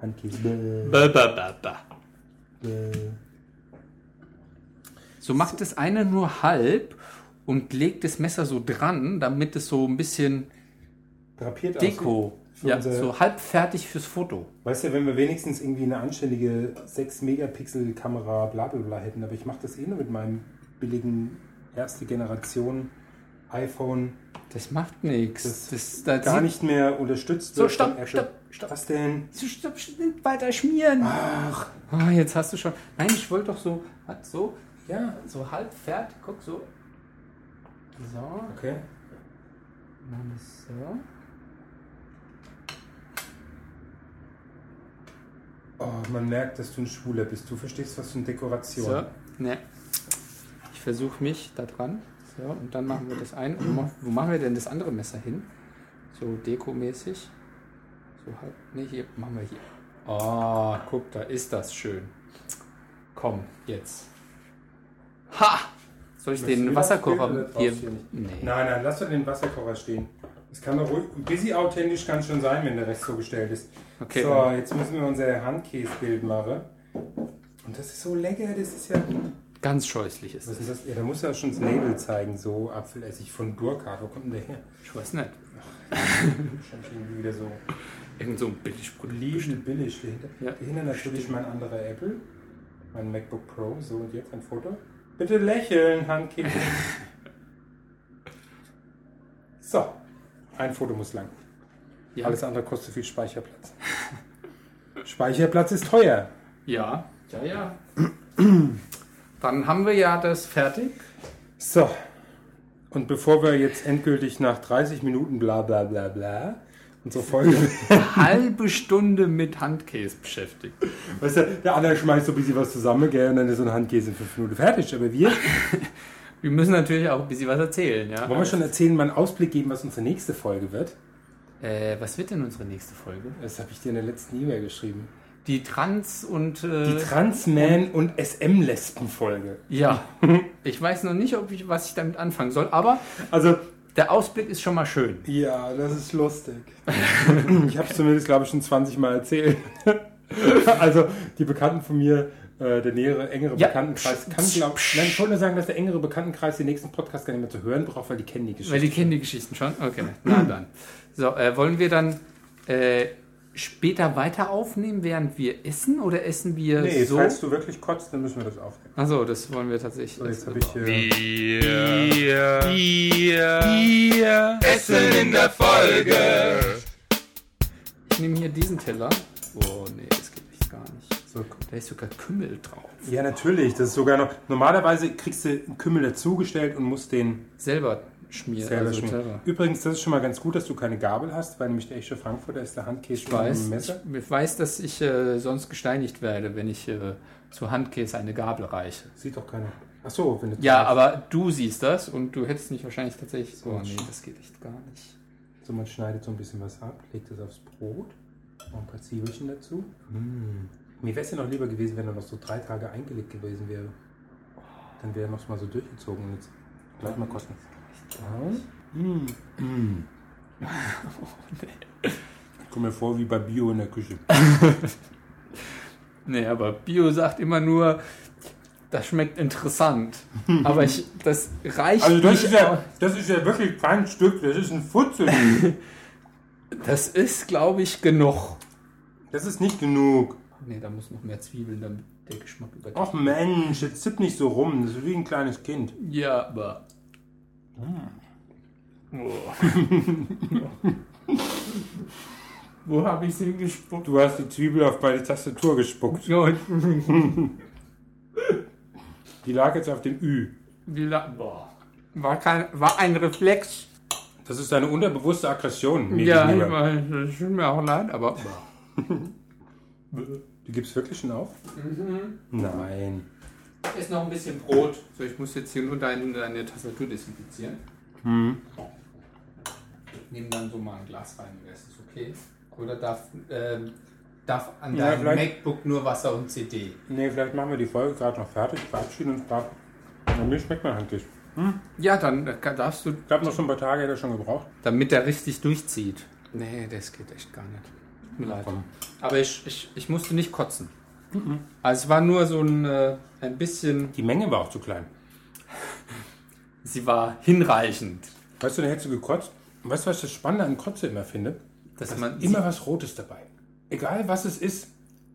Speaker 1: Handkäse, bäh, bäh.
Speaker 2: So macht das eine nur halb und legt das Messer so dran, damit es so ein bisschen
Speaker 1: Drapiert aussieht.
Speaker 2: Deko.
Speaker 1: Für
Speaker 2: Ja,
Speaker 1: unser-
Speaker 2: so halb fertig fürs Foto.
Speaker 1: Weißt du, wenn wir wenigstens irgendwie eine anständige 6-Megapixel-Kamera bla bla bla hätten, aber ich mache das eh nur mit meinem billigen erste Generation iPhone,
Speaker 2: Das macht nichts.
Speaker 1: Das
Speaker 2: Das, das,
Speaker 1: gar
Speaker 2: sieht-
Speaker 1: nicht mehr unterstützt
Speaker 2: So,
Speaker 1: wird von
Speaker 2: stopp,
Speaker 1: Apple.
Speaker 2: stopp, stopp.
Speaker 1: Was denn?
Speaker 2: Stopp, stopp, stopp, weiter schmieren.
Speaker 1: Ach,
Speaker 2: Ah, jetzt hast du schon. Nein, ich wollte doch so, hat so,
Speaker 1: ja,
Speaker 2: so halb fertig. Guck so. So,
Speaker 1: okay.
Speaker 2: machen wir es so.
Speaker 1: Oh, man merkt, dass du ein Schwuler bist. Du verstehst was von Dekoration.
Speaker 2: So, ne. Ich versuche mich da dran. So, und dann machen wir das ein. Und ma- wo machen wir denn das andere Messer hin? So dekomäßig. So halt. Ne, hier machen wir hier. Oh, guck, da ist das schön. Komm, jetzt. Ha! Soll ich
Speaker 1: Möchtest du
Speaker 2: den
Speaker 1: wieder das Bild
Speaker 2: Wasserkocher
Speaker 1: oder
Speaker 2: hier?
Speaker 1: brauchst du hier nicht?
Speaker 2: Nee.
Speaker 1: Nein, nein, lass doch den Wasserkocher stehen. Das kann doch ruhig, ein bisschen authentisch kann schon sein, wenn der Rest so gestellt ist.
Speaker 2: Okay. ähm,
Speaker 1: So, jetzt müssen wir unser Handkäsebild machen. Und das ist so lecker, das ist ja...
Speaker 2: Ganz scheußlich ist
Speaker 1: Was
Speaker 2: das.
Speaker 1: ist das? Ja, da muss er schon das Label zeigen, so Apfelessig von Burkhardt. Wo kommt denn der her?
Speaker 2: Ich weiß nicht.
Speaker 1: Wahrscheinlich irgendwie wieder so
Speaker 2: Irgend so ein Billigprodukt.
Speaker 1: liebend billig. Dahinter,
Speaker 2: Ja.
Speaker 1: dahinter natürlich mein anderer Apple, mein MacBook Pro. So, und jetzt ein Foto. Bitte lächeln, Handkäse. so, ein Foto muss lang.
Speaker 2: Ja.
Speaker 1: Alles andere kostet viel Speicherplatz. Speicherplatz ist teuer.
Speaker 2: Ja. Ja, ja. Dann haben wir ja das fertig.
Speaker 1: So, und bevor wir jetzt endgültig nach 30 Minuten bla bla bla bla unsere Folge...
Speaker 2: halbe Stunde mit Handkäse beschäftigt.
Speaker 1: Weißt du, der andere schmeißt so ein bisschen was zusammen, gell, und dann ist so ein Handkäse in fünf Minuten fertig. Aber wir
Speaker 2: Wir müssen natürlich auch ein bisschen was erzählen, ja.
Speaker 1: wollen wir schon erzählen, mal einen Ausblick geben, was unsere nächste Folge wird.
Speaker 2: Äh, was wird denn unsere nächste Folge?
Speaker 1: Das habe ich dir in der letzten E-Mail geschrieben.
Speaker 2: Die Trans und
Speaker 1: Die
Speaker 2: äh,
Speaker 1: Transman- und SM-Lesben-Folge.
Speaker 2: ja. ich weiß noch nicht, ob ich was ich damit anfangen soll, aber
Speaker 1: Also,
Speaker 2: der Ausblick ist schon mal schön.
Speaker 1: ja, das ist lustig. ich habe es zumindest, glaube ich, schon 20 Mal erzählt. also, die Bekannten von mir, äh, der nähere, engere
Speaker 2: Ja.
Speaker 1: Bekanntenkreis, kann, glaube ich, schon nur sagen, dass der engere Bekanntenkreis den nächsten Podcast gar nicht mehr zu hören braucht, weil die kennen die Geschichte.
Speaker 2: Weil die kennen die Geschichten schon. Okay, na dann. So, äh, wollen wir dann äh, später weiter aufnehmen, während wir essen oder essen wir
Speaker 1: Nee,
Speaker 2: so?
Speaker 1: falls du wirklich kotzt, dann müssen wir das aufnehmen.
Speaker 2: Achso, das wollen wir tatsächlich.
Speaker 1: Jetzt habe ich äh, hier.
Speaker 2: ich nehme hier diesen Teller. Oh nee, das geht echt gar nicht.
Speaker 1: So,
Speaker 2: Da ist sogar Kümmel drauf.
Speaker 1: ja, natürlich. Das ist sogar noch. Normalerweise kriegst du einen Kümmel dazugestellt und musst den
Speaker 2: Selber schmieren.
Speaker 1: selber
Speaker 2: also
Speaker 1: schmieren.
Speaker 2: Teller.
Speaker 1: Übrigens, das ist schon mal ganz gut, dass du keine Gabel hast, weil nämlich der echte Frankfurter ist der Handkäse
Speaker 2: Ich weiß,
Speaker 1: Messer.
Speaker 2: ich, ich weiß, dass ich äh, sonst gesteinigt werde, wenn ich äh, zu Handkäse eine Gabel reiche.
Speaker 1: Sieht doch keiner. Ach so, wenn du
Speaker 2: Ja, aber du siehst das und du hättest mich wahrscheinlich tatsächlich. Oh nee, das geht echt gar nicht.
Speaker 1: So, man schneidet so ein bisschen was ab, legt es aufs Brot, noch ein paar Zwiebelchen dazu. Hm. Mir wäre es ja noch lieber gewesen, wenn er noch so drei Tage eingelegt gewesen wäre. Dann wäre er noch mal so durchgezogen und jetzt gleich mal kosten. Mm. Mm. Ich komme mir vor wie bei Bio in der Küche.
Speaker 2: Nee, aber Bio sagt immer nur, das schmeckt interessant. aber ich, das reicht
Speaker 1: Also das
Speaker 2: nicht.
Speaker 1: ist ja, das ist ja wirklich kein Stück, das ist ein Futzel.
Speaker 2: das ist, glaube ich, genug.
Speaker 1: Das ist nicht genug.
Speaker 2: Nee, da muss noch mehr Zwiebeln, damit der Geschmack überträgt.
Speaker 1: Ach Mensch, jetzt zipp nicht so rum, das ist wie ein kleines Kind.
Speaker 2: Ja, aber. Wo habe ich hingespuckt?
Speaker 1: Du hast die Zwiebel auf meine Tastatur gespuckt. Die lag jetzt auf dem Ü.
Speaker 2: War, kein, war ein Reflex.
Speaker 1: Das ist deine unterbewusste Aggression mir
Speaker 2: ja, ich
Speaker 1: gegenüber.
Speaker 2: weiß, das tut mir auch leid, aber.
Speaker 1: Du gibst wirklich schon auf? Mhm. Nein.
Speaker 2: Ist noch ein bisschen Brot. So, ich muss jetzt hier nur deine, deine Tastatur desinfizieren. Nimm dann so mal ein Glas rein, wäre es okay. Oder darf, ähm, darf an
Speaker 1: Ja,
Speaker 2: deinem
Speaker 1: vielleicht-
Speaker 2: MacBook nur Wasser und CD?
Speaker 1: Nee, vielleicht machen wir die Folge gerade noch fertig, verabschieden uns da. Na, mir schmeckt mein Handkiss.
Speaker 2: Ja, dann kann- darfst du,
Speaker 1: Ich glaube, noch schon ein paar Tage hätte er schon gebraucht.
Speaker 2: damit der richtig durchzieht. Nee, das geht echt gar nicht. Tut mir leid. Aber ich, ich, ich musste nicht kotzen. Also es war nur so ein, äh, ein bisschen,
Speaker 1: Die Menge war auch zu klein.
Speaker 2: sie war hinreichend.
Speaker 1: Weißt du, da hättest du gekotzt. Und Weißt du, was ich das Spannende an Kotze immer finde?
Speaker 2: Dass man
Speaker 1: Immer was Rotes dabei. Egal was es ist,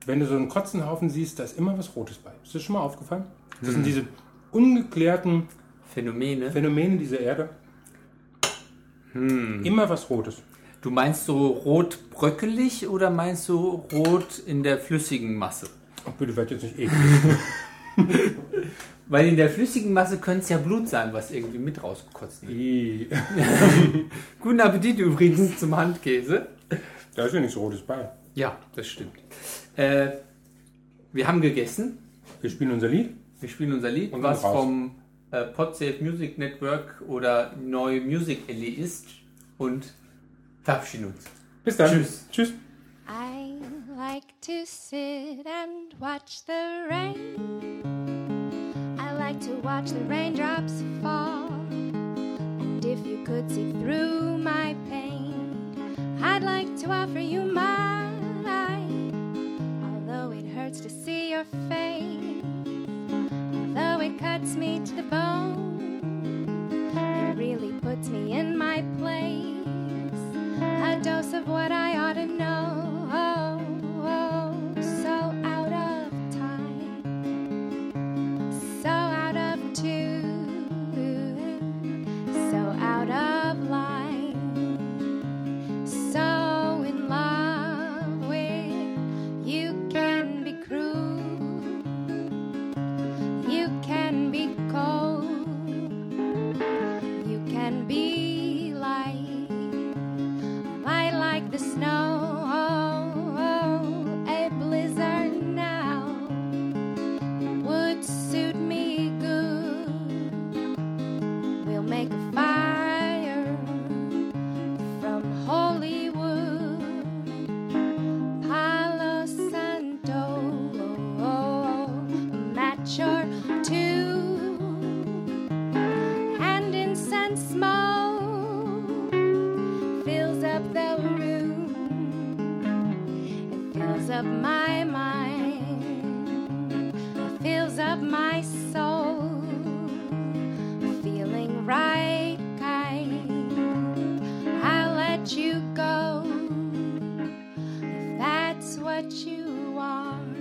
Speaker 1: wenn du so einen Kotzenhaufen siehst, da ist immer was Rotes bei. Ist dir schon mal aufgefallen? Das sind diese ungeklärten
Speaker 2: Phänomene.
Speaker 1: Phänomene dieser Erde. Immer was Rotes.
Speaker 2: Du meinst so rot bröckelig oder meinst du rot in der flüssigen Masse?
Speaker 1: Ach, Oh, bitte werd jetzt nicht eklig.
Speaker 2: Weil in der flüssigen Masse könnte es ja Blut sein, was irgendwie mit rausgekotzt wird.
Speaker 1: Ih,
Speaker 2: Guten Appetit übrigens zum Handkäse.
Speaker 1: da ist ja nichts Rotes bei.
Speaker 2: Ja, das stimmt. Äh, wir haben gegessen.
Speaker 1: Wir spielen unser Lied.
Speaker 2: Wir spielen unser Lied,
Speaker 1: Und dann
Speaker 2: was
Speaker 1: raus.
Speaker 2: vom äh, Podsafe Music Network oder Neue Music Alley ist. Und verabschieden uns.
Speaker 1: Bis dann.
Speaker 2: Tschüss.
Speaker 1: Tschüss.
Speaker 3: I like to sit and watch the rain. I like to watch the raindrops fall. And if you could see through my pain, I'd like to offer you mine. Although it hurts to see your face, although it cuts me to the bone, it really puts me in my place a dose of what I ought to know. Oh, oh, so out of time, so out of tune, so out of line, so in love with you can be cruel, you can be cold, you can be light. I like the snow. Oh, oh, a blizzard now would suit me good. We'll make a fire from holy wood, Palo Santo, a match or two, and incense smoke fills up the room. It fills up my mind. It fills up my soul. Feeling right kind. I'll let you go. If that's what you want.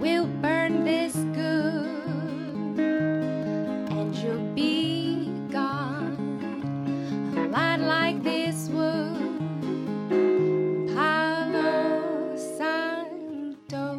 Speaker 3: We'll burn this good. And you'll be gone a lot like this would. Palo Santo.